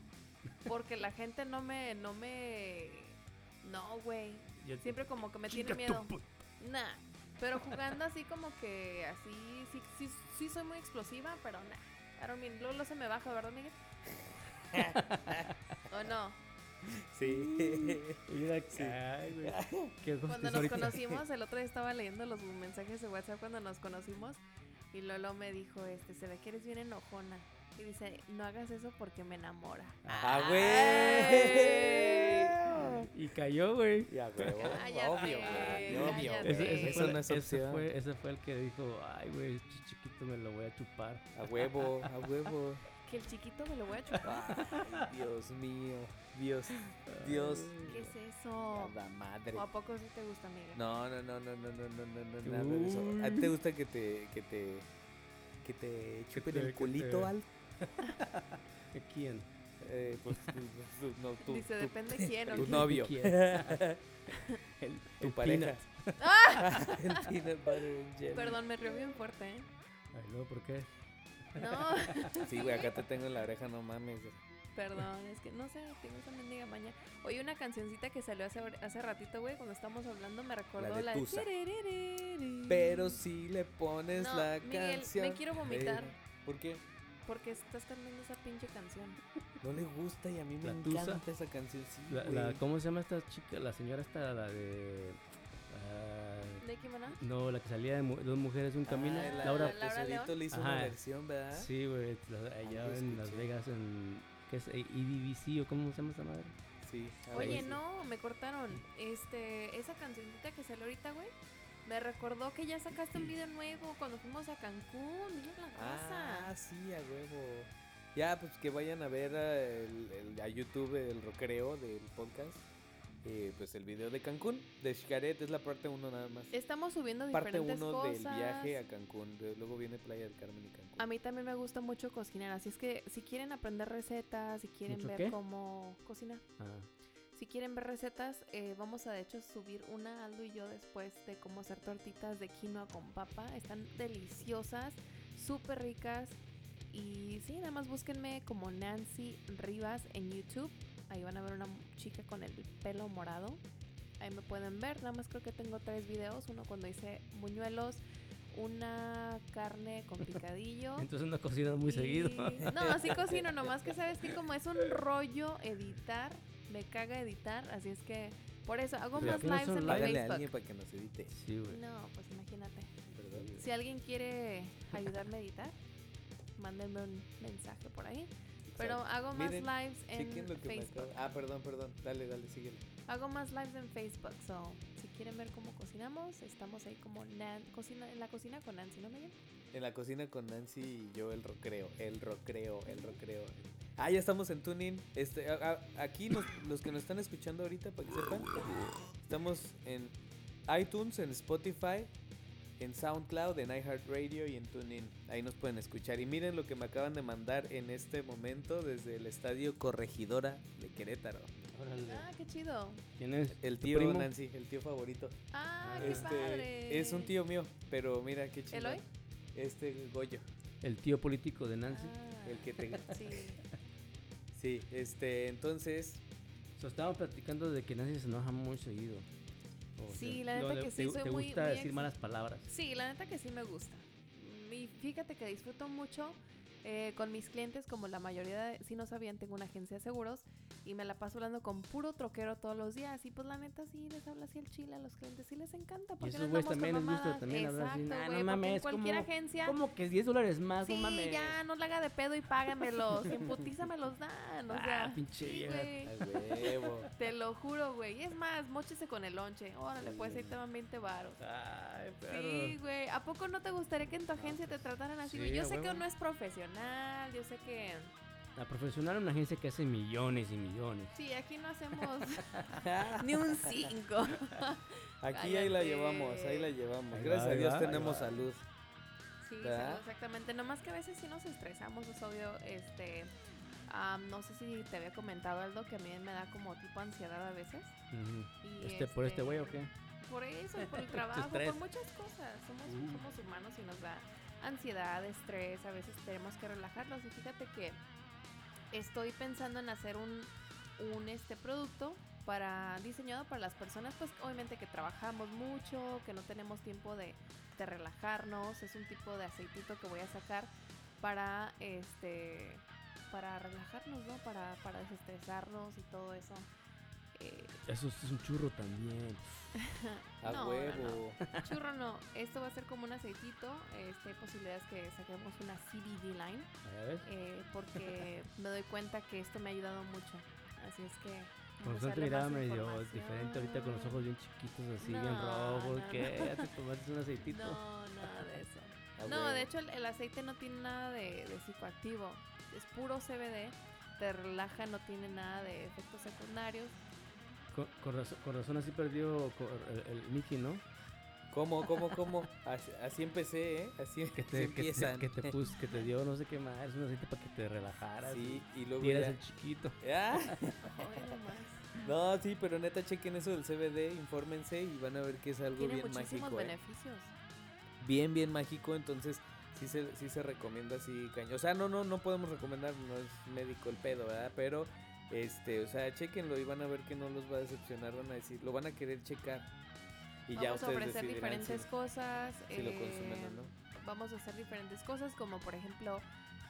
Speaker 3: porque la gente no me, no me, no, güey.
Speaker 1: Yo-
Speaker 3: Siempre como que me tiene
Speaker 1: Chinga tu
Speaker 3: miedo.
Speaker 1: pu-
Speaker 3: Nah, pero jugando así como que así, sí, sí, sí soy muy explosiva, pero nah. I don't mean, luego luego se me baja, ¿verdad, Miguel? ¿O no?
Speaker 2: Sí.
Speaker 1: Mira,
Speaker 2: Sí.
Speaker 1: ay, güey. Qué
Speaker 2: Pues
Speaker 1: ojos
Speaker 3: Cuando
Speaker 1: tienes
Speaker 3: nos
Speaker 1: ahorita.
Speaker 3: conocimos, el otro día estaba leyendo los mensajes de WhatsApp cuando nos conocimos y Lolo me dijo, este, se ve que eres bien enojona. Y dice, no hagas eso porque me enamora.
Speaker 2: ¡Ah,
Speaker 3: Ay.
Speaker 2: güey!
Speaker 1: Y cayó, güey.
Speaker 2: Ah, Ya, Ah, güey.
Speaker 3: Cállate,
Speaker 2: Obvio, güey. Obvio.
Speaker 3: cállate.
Speaker 1: Ese,
Speaker 2: güey.
Speaker 1: ese
Speaker 2: Eso
Speaker 1: fue,
Speaker 2: no es
Speaker 1: ese
Speaker 2: opción.
Speaker 1: fue- ese fue el que dijo, ay, güey, este chiquito me lo voy a chupar.
Speaker 2: A huevo, a huevo.
Speaker 3: Que el chiquito me lo voy a
Speaker 2: Ah,
Speaker 3: chupar.
Speaker 2: Ay, Dios mío. Dios. Dios.
Speaker 3: ¿Qué es eso?
Speaker 2: La madre.
Speaker 3: ¿O a poco sí te gusta, Miguel?
Speaker 2: No, no, no, no, no, no, no, no, no, nada de eso. ¿A ti te gusta que te, que te, que te chupen
Speaker 1: te-
Speaker 2: el
Speaker 1: que
Speaker 2: culito,
Speaker 1: te-
Speaker 2: Al?
Speaker 1: ¿A ¿Quién?
Speaker 2: Eh, pues, tú- tú- tú- no, tú,
Speaker 3: dice,
Speaker 2: tú-
Speaker 3: depende quién.
Speaker 2: tu
Speaker 3: oye.
Speaker 2: novio.
Speaker 1: ¿Quién? El-
Speaker 2: tu
Speaker 1: el
Speaker 2: pareja.
Speaker 1: peanut.
Speaker 2: El peanut butter and jelly.
Speaker 3: Perdón, me rió bien fuerte. ¿eh?
Speaker 1: Ay, no, ¿por qué?
Speaker 3: No,
Speaker 2: Sí, güey, acá te tengo en la oreja, no mames.
Speaker 3: Mm. perdón, es que no sé, tengo esa mendiga maña. Oye, una cancioncita que salió hace, hace ratito, güey, cuando estábamos hablando, me recordó
Speaker 2: de
Speaker 3: la
Speaker 2: Tusa.
Speaker 3: de...
Speaker 2: Pero si le pones
Speaker 3: No,
Speaker 2: la
Speaker 3: Miguel, me
Speaker 2: canción.
Speaker 3: quiero vomitar.
Speaker 2: Eh, ¿Por qué?
Speaker 3: Porque estás cantando esa pinche canción.
Speaker 2: No le gusta y a mí me
Speaker 1: ¿La tusa?
Speaker 2: encanta esa canción. Sí,
Speaker 1: La-
Speaker 2: güey.
Speaker 1: la- ¿Cómo se llama esta chica? La señora esta, la de... ah,
Speaker 3: Nicki Minaj.
Speaker 1: no, la que salía de mu- dos mujeres, un
Speaker 2: Ah,
Speaker 1: camino.
Speaker 2: la-
Speaker 1: Laura.
Speaker 2: la- Joselito le hizo una
Speaker 1: Ajá.
Speaker 2: versión, ¿verdad?
Speaker 1: Sí, güey, la-
Speaker 3: Ah,
Speaker 1: allá
Speaker 2: lo
Speaker 1: en Las
Speaker 2: escuché.
Speaker 1: Vegas, en... ¿Qué es? E-, EDVC o cómo se llama esa madre?
Speaker 2: Sí, algo
Speaker 3: Oye,
Speaker 2: así.
Speaker 3: no, me cortaron. Este, esa cancioncita que salió ahorita, güey, me recordó que ya sacaste un video nuevo cuando fuimos a Cancún. Mira la
Speaker 2: Ah,
Speaker 3: casa.
Speaker 2: sí, a huevo. Ya, pues que vayan a ver a, el- el- a YouTube el rocreo del podcast. eh, pues el video de Cancún, de Xcaret, es la parte 1 nada más.
Speaker 3: Estamos subiendo
Speaker 2: parte
Speaker 3: diferentes
Speaker 2: 1
Speaker 3: cosas.
Speaker 2: del viaje a Cancún. de- Luego viene Playa del Carmen y Cancún.
Speaker 3: A mí también me gusta mucho cocinar, así es que si quieren aprender recetas, si quieren
Speaker 1: ¿Mucho
Speaker 3: ver
Speaker 1: qué?
Speaker 3: cómo cocinar,
Speaker 1: Ah,
Speaker 3: si quieren ver recetas, eh, vamos a de hecho subir una Aldo y yo después de cómo hacer tortitas de quinoa con papa. Están deliciosas, súper ricas y sí, nada más búsquenme como Nancy Rivas en YouTube. Ahí van a ver una chica con el pelo morado. Ahí me pueden ver, nada más creo que tengo tres videos, uno cuando hice buñuelos, una carne con picadillo.
Speaker 1: Ah, Entonces no cocinas muy
Speaker 3: Y-
Speaker 1: seguido.
Speaker 3: No, así cocino, nomás que sabes que como es un rollo editar, me caga editar, así es que por eso hago
Speaker 1: Pero
Speaker 3: más
Speaker 1: ¿por qué no
Speaker 3: lives
Speaker 1: son
Speaker 3: en mi
Speaker 2: Págale a alguien
Speaker 3: Facebook.
Speaker 2: para que nos edite.
Speaker 1: Sí, güey.
Speaker 3: No, pues imagínate.
Speaker 2: ¿verdad?
Speaker 3: Si alguien quiere ayudarme a editar, mándenme un mensaje por ahí. Pero
Speaker 2: Exacto.
Speaker 3: hago más
Speaker 2: Miren,
Speaker 3: lives en
Speaker 2: Chequen lo que me
Speaker 3: Facebook.
Speaker 2: acaba- Ah, perdón, perdón. Dale, dale, síguele.
Speaker 3: Hago más lives en Facebook, so si quieren ver cómo cocinamos, estamos ahí como Nan- cocina en la cocina con Nancy, ¿no, Miguel?
Speaker 2: En la cocina con Nancy y yo el rocreo, el rocreo, el rocreo. Ah, ya estamos en tuning. Este, a- a- aquí nos- los que nos están escuchando ahorita, para que sepan, estamos en iTunes, en Spotify, en SoundCloud, en iHeartRadio y en TuneIn. Ahí nos pueden escuchar. Y miren lo que me acaban de mandar en este momento desde el Estadio Corregidora de Querétaro.
Speaker 1: Órale.
Speaker 3: Ah, qué chido.
Speaker 1: ¿Quién es?
Speaker 2: El
Speaker 1: tu
Speaker 2: tío
Speaker 1: primo?
Speaker 2: Nancy, el tío favorito.
Speaker 3: Ah,
Speaker 1: Ah,
Speaker 3: qué
Speaker 2: Este,
Speaker 3: padre.
Speaker 2: Es un tío mío, pero mira qué chido.
Speaker 3: ¿Eloy?
Speaker 2: Este Goyo,
Speaker 1: El tío político de Nancy.
Speaker 3: Ah,
Speaker 2: el que te...
Speaker 3: Sí.
Speaker 2: Sí, este, entonces,
Speaker 1: So, estábamos platicando de que Nancy se enoja muy seguido. O
Speaker 3: Sí,
Speaker 1: sea,
Speaker 3: la
Speaker 1: luego
Speaker 3: neta
Speaker 1: le-
Speaker 3: que
Speaker 1: te-
Speaker 3: sí, soy
Speaker 1: Te
Speaker 3: muy-
Speaker 1: gusta
Speaker 3: muy
Speaker 1: decir
Speaker 3: ex-
Speaker 1: malas palabras.
Speaker 3: Sí, la neta que sí me gusta. Y fíjate que disfruto mucho eh, con mis clientes, como la mayoría, de- si no sabían, tengo una agencia de seguros y me la paso hablando con puro troquero todos los días. Y pues la neta sí les hablo así el chile a los clientes, sí les encanta.
Speaker 1: Y
Speaker 3: Porque
Speaker 1: esos güeyes también les gusta
Speaker 3: mamadas.
Speaker 1: también hablar así, "Nah, no
Speaker 3: Exacto, güey, porque en
Speaker 1: mames,
Speaker 3: cualquier
Speaker 1: ¿cómo-
Speaker 3: agencia.
Speaker 1: Como que 10 dólares más,
Speaker 3: Sí,
Speaker 1: no mames.
Speaker 3: ya, no la haga de pedo y págamelo. Sin putiza me los dan, o sea.
Speaker 1: ah, pinche
Speaker 3: sí,
Speaker 1: vieja.
Speaker 3: güey.
Speaker 2: A huevo.
Speaker 3: Te lo juro, güey. Y Es más, mochese con el lonche. Órale, pues ahí te van 20 varos.
Speaker 1: Ay, pero.
Speaker 3: Sí, güey. ¿A poco no te gustaría que en tu agencia te trataran así?
Speaker 1: sí,
Speaker 3: güey? yo
Speaker 1: a
Speaker 3: sé que
Speaker 1: huevo.
Speaker 3: no es profesional, yo sé que...
Speaker 1: La profesional es una agencia que hace millones y millones.
Speaker 3: Sí, aquí no hacemos ni un 5.
Speaker 2: Aquí ahí la
Speaker 3: Cállate.
Speaker 2: llevamos, ahí la llevamos.
Speaker 1: Ahí
Speaker 2: Gracias
Speaker 1: va,
Speaker 2: a
Speaker 1: ahí
Speaker 2: Dios
Speaker 1: va, ahí
Speaker 2: tenemos
Speaker 1: va.
Speaker 2: salud.
Speaker 3: Sí,
Speaker 2: ¿Verdad?
Speaker 3: exactamente. Nomás que a veces sí nos estresamos, es obvio, este... Ah, no sé si te había comentado algo que a mí me da como tipo ansiedad a veces.
Speaker 1: Ujú.
Speaker 3: Y
Speaker 1: Este, ¿Por este güey o qué?
Speaker 3: Por eso, por el trabajo, por
Speaker 1: estrés.
Speaker 3: muchas cosas. Somos,
Speaker 1: Uh.
Speaker 3: somos humanos y nos da ansiedad, estrés, a veces tenemos que relajarnos. Y fíjate que estoy pensando en hacer un, un este producto para diseñado para las personas, pues obviamente que trabajamos mucho, que no tenemos tiempo de, de relajarnos. Es un tipo de aceitito que voy a sacar para este para relajarnos, ¿no? Para, para desestresarnos y todo eso. Eh,
Speaker 1: Eso es es un churro también.
Speaker 2: A
Speaker 3: no, no, no.
Speaker 2: huevo.
Speaker 3: Churro no, esto va a ser como un aceitito. Este, hay posibilidades que saquemos una CBD line
Speaker 1: ¿Ya ves?
Speaker 3: eh, porque me doy cuenta que esto me ha ayudado mucho. Así es que.
Speaker 1: Con
Speaker 3: vamos a
Speaker 1: nosotros
Speaker 3: darle más
Speaker 1: miraba medio diferente ahorita con los
Speaker 3: información.
Speaker 1: ojos bien chiquitos así, bien
Speaker 3: No,
Speaker 1: rojos.
Speaker 3: no,
Speaker 1: ¿Qué?
Speaker 3: no.
Speaker 1: Ya ¿Te tomaste un aceitito?
Speaker 3: No, nada de eso.
Speaker 2: a
Speaker 3: No,
Speaker 2: huevo.
Speaker 3: de hecho el, el aceite no tiene nada de, de psicoactivo. Es puro CBD, te relaja, no tiene nada de efectos secundarios.
Speaker 1: Con, con razón, con razón así perdió co- el, el Mickey, ¿no?
Speaker 2: ¿Cómo, cómo, cómo? Así, así empecé, ¿eh? Así,
Speaker 1: Que te, que,
Speaker 2: así
Speaker 1: te,
Speaker 2: empiezan.
Speaker 1: que te pus- que te dio no sé qué más, un aceite para que te relajaras.
Speaker 2: sí, y
Speaker 1: y
Speaker 2: luego
Speaker 1: dieras
Speaker 2: ya-
Speaker 1: el chiquito.
Speaker 2: Ah,
Speaker 3: Ay, no más.
Speaker 2: No, sí, pero neta, chequen eso del CBD, infórmense y van a ver que es algo
Speaker 3: Tiene
Speaker 2: bien
Speaker 3: muchísimos
Speaker 2: mágico. ¿eh?
Speaker 3: beneficios.
Speaker 2: Bien, bien mágico, entonces sí se, sí se recomienda así caño. O sea, no, no, no podemos recomendar, no es médico el pedo, ¿verdad? Pero, este, o sea, chequenlo y van a ver que no los va a decepcionar, van a decir, lo van a querer checar. Y ya
Speaker 3: Vamos a
Speaker 2: ustedes
Speaker 3: ofrecer
Speaker 2: decidirán si,
Speaker 3: diferentes cosas.
Speaker 2: si lo
Speaker 3: eh,
Speaker 2: consumen o no.
Speaker 3: vamos a hacer diferentes cosas, como por ejemplo,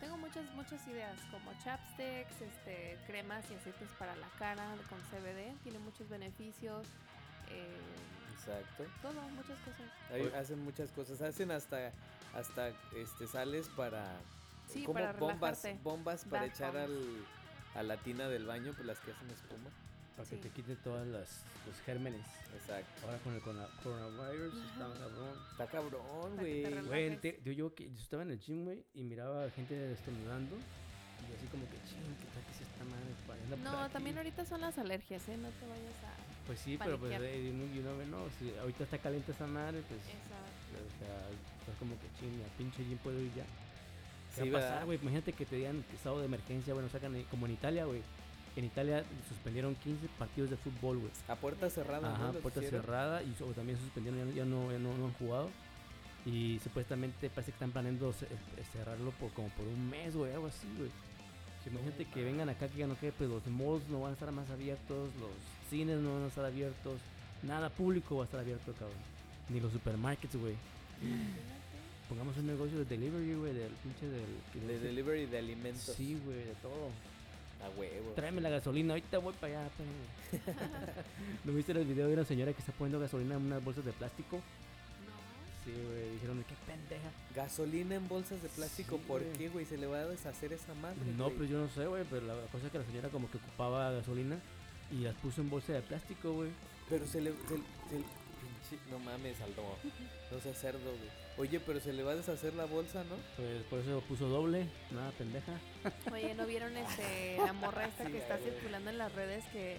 Speaker 3: tengo muchas, muchas ideas, como chapsticks, este, cremas y aceites para la cara con CBD, tiene muchos beneficios, eh,
Speaker 2: Exacto.
Speaker 3: todo, muchas cosas.
Speaker 2: Ahí
Speaker 1: Oye.
Speaker 2: hacen muchas cosas, hacen hasta, hasta este, sales para...
Speaker 3: Sí,
Speaker 2: como
Speaker 3: para
Speaker 2: bombas,
Speaker 3: relajarte.
Speaker 2: bombas para
Speaker 3: Bath
Speaker 2: echar
Speaker 3: bombs.
Speaker 2: al, a la tina del baño, pues las que hacen espuma.
Speaker 1: Para
Speaker 3: Sí.
Speaker 1: que te quiten todos los gérmenes.
Speaker 2: Exacto.
Speaker 1: Ahora con el corona- coronavirus, está cabrón.
Speaker 2: Está cabrón,
Speaker 3: que te
Speaker 2: güey.
Speaker 3: relajes.
Speaker 1: Güey,
Speaker 3: Relajes.
Speaker 1: ente- yo, yo, que- yo estaba en el gym, güey, y miraba gente estornudando. Y así como que, ching, ¿qué tal que se está mal?
Speaker 3: No, también ahorita son las alergias, ¿eh? No te vayas a...
Speaker 1: Pues sí, pero pues
Speaker 3: paniquear.
Speaker 1: eh, uno- y uno ve, no, si ahorita está caliente esa madre, pues. O sea, estás como que ching, a pinche gym puedo ir ya. ¿Qué
Speaker 2: Sí,
Speaker 1: va a
Speaker 2: ¿verdad?
Speaker 1: pasar, güey? Imagínate que te digan que estado de emergencia, güey, nos sacan eh, como en Italia, güey. En Italia suspendieron 15 partidos de fútbol, güey.
Speaker 2: A puerta cerrada,
Speaker 1: Ajá,
Speaker 2: ¿no? Los
Speaker 1: puerta
Speaker 2: hicieron.
Speaker 1: cerrada y o también suspendieron, ya, ya no, ya no, no han jugado. Y supuestamente parece que están planeando ce- eh, cerrarlo por, como por un mes, güey, algo así, güey. Si imagínate que vengan acá, que digan, ok, pues los malls no van a estar más abiertos, los cines no van a estar abiertos, nada público va a estar abierto, cabrón. Ni los supermarkets, güey.
Speaker 3: Imagínate.
Speaker 1: Pongamos un negocio de delivery, güey, del pinche del... que
Speaker 2: De
Speaker 1: no sé-
Speaker 2: delivery de alimentos.
Speaker 1: Sí, güey, de todo.
Speaker 2: A huevo.
Speaker 1: Tráeme la gasolina, ahorita voy para allá. tráeme. ¿No viste el video de una señora que está poniendo gasolina en unas bolsas de plástico?
Speaker 3: No.
Speaker 1: Sí, güey, dijeron, qué pendeja.
Speaker 2: Gasolina en bolsas de plástico,
Speaker 1: Sí,
Speaker 2: ¿por
Speaker 1: güey.
Speaker 2: qué, güey? Se le va a deshacer esa madre.
Speaker 1: No, pues,
Speaker 2: güey.
Speaker 1: pero yo no sé, güey, pero la cosa es que la señora como que ocupaba gasolina y las puso en bolsa de plástico, güey.
Speaker 2: Pero se le. se le- se le- pinche- No mames, Aldo. No seas cerdo, güey. Oye, pero se le va a deshacer la bolsa, ¿no?
Speaker 1: Pues por eso puso doble, nada pendeja.
Speaker 3: Oye, ¿no vieron este, la morra esta
Speaker 2: Sí,
Speaker 3: que está
Speaker 2: güey.
Speaker 3: circulando en las redes que,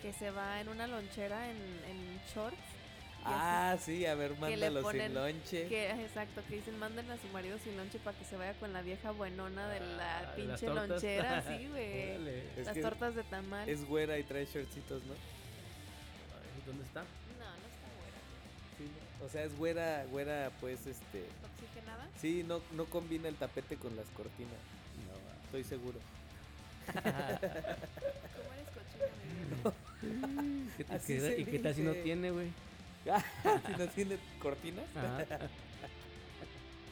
Speaker 3: que se va en una lonchera en, en shorts? y así
Speaker 2: Ah, sí, a ver,
Speaker 3: le
Speaker 2: mándalo
Speaker 3: ponen-
Speaker 2: sin lonche.
Speaker 3: Que, exacto, que dicen, manden a su marido sin lonche para que se vaya con la vieja buenona de la
Speaker 1: Ah, de las
Speaker 3: pinche
Speaker 1: tortas.
Speaker 3: lonchera, sí, güey.
Speaker 1: Órale.
Speaker 2: Es
Speaker 3: Las
Speaker 2: que
Speaker 3: tortas de tamal.
Speaker 2: Es güera y trae shortcitos, ¿no?
Speaker 1: Ay, ¿Dónde está?
Speaker 3: No, no está buena.
Speaker 2: O sea, es güera, güera, pues este.
Speaker 3: ¿Oxigenada?
Speaker 2: Sí, no, no combina el tapete con las cortinas,
Speaker 1: No,
Speaker 2: estoy seguro.
Speaker 3: ¿Cómo eres cochina, mi vida?
Speaker 1: ¿Qué tal-
Speaker 2: Así
Speaker 1: qué
Speaker 2: se
Speaker 1: tal- ¿Y qué tal si no
Speaker 2: dice.
Speaker 1: tiene, güey?
Speaker 2: si no tiene cortinas.
Speaker 1: Ajá.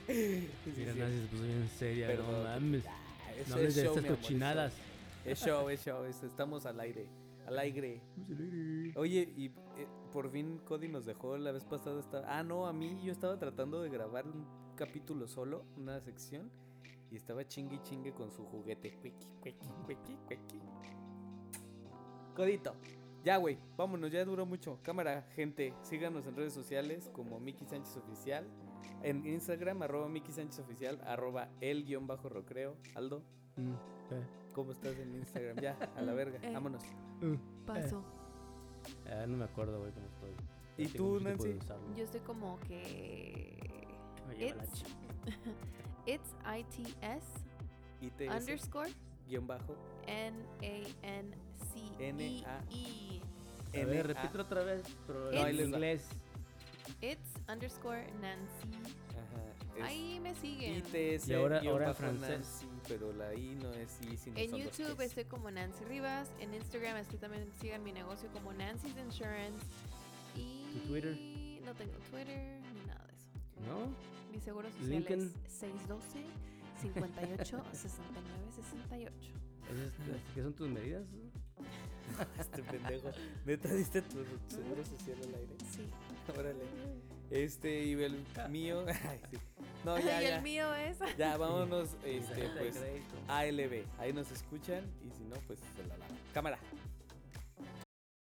Speaker 2: Sí, sí,
Speaker 1: Mira,
Speaker 2: sí.
Speaker 1: Nancy se puso bien seria, no
Speaker 2: Perdón.
Speaker 1: mames.
Speaker 2: Ah,
Speaker 1: No
Speaker 2: eso
Speaker 1: hables
Speaker 2: es
Speaker 1: de estas
Speaker 2: show, mi amor, es show.
Speaker 1: cochinadas.
Speaker 2: Es show, es show, es- estamos al aire. Al aire.
Speaker 1: Mm,
Speaker 2: Oye, y eh, por fin Cody nos dejó la vez pasada. Estaba... Ah, no, a mí yo estaba tratando de grabar un capítulo solo, una sección, y estaba chingue y chingue con su juguete. Cuiqui, cuiqui, cuiqui, cuiqui. Codito. Ya, güey, vámonos, ya duró mucho. Cámara, gente, síganos en redes sociales como Miki Sánchez Oficial. En Instagram, arroba Miki Sánchez Oficial, arroba el guión bajo rocreo. Aldo,
Speaker 1: Mm, eh.
Speaker 2: ¿cómo estás en Instagram? Ya, a la verga,
Speaker 3: Eh.
Speaker 2: vámonos.
Speaker 1: Mm,
Speaker 3: Paso.
Speaker 1: Ah, no me acuerdo, güey, cómo estoy.
Speaker 2: ¿Y
Speaker 1: No tengo
Speaker 2: tú,
Speaker 1: mucho tiempo de
Speaker 2: Nancy?
Speaker 1: usarlo.
Speaker 3: Yo estoy como que...
Speaker 1: Me lleva la
Speaker 3: It's... It's ITS
Speaker 2: Y te
Speaker 3: underscore
Speaker 2: guión bajo.
Speaker 3: N-A-N-C-E-E.
Speaker 2: N-A-
Speaker 1: A ver,
Speaker 2: NA.
Speaker 1: repito otra vez, pero
Speaker 3: No, ahí
Speaker 1: en
Speaker 2: les va.
Speaker 1: inglés.
Speaker 3: It's underscore Nancy.
Speaker 2: Ajá, es
Speaker 3: Ahí me siguen.
Speaker 2: ITS,
Speaker 1: ah, Y ahora-
Speaker 2: guión
Speaker 1: ahora en
Speaker 2: bajo
Speaker 1: francés.
Speaker 2: Nancy, pero la I no es I, sino
Speaker 3: En
Speaker 2: son dos
Speaker 3: YouTube
Speaker 2: Ts.
Speaker 3: estoy como Nancy Rivas. En Instagram estoy también sigan mi negocio como Nancy's Insurance. Y
Speaker 1: ¿Tu Twitter?
Speaker 3: no tengo Twitter ni nada de eso.
Speaker 1: ¿No?
Speaker 3: Mi seguro social
Speaker 1: Lincoln.
Speaker 3: es 612 58 69 68.
Speaker 1: ¿Es- es- ¿Qué son tus medidas?
Speaker 2: Este pendejo. Neta, diste tu seguro social al aire.
Speaker 3: Sí.
Speaker 2: Órale. Este, y el mío. Ay, sí. No, ya,
Speaker 3: y
Speaker 2: ya.
Speaker 3: el mío es
Speaker 2: Ya, vámonos.
Speaker 1: Tarjeta de
Speaker 2: Este, pues.
Speaker 1: crédito.
Speaker 2: ALB. Ahí nos escuchan y si no, pues se la lavan. Cámara.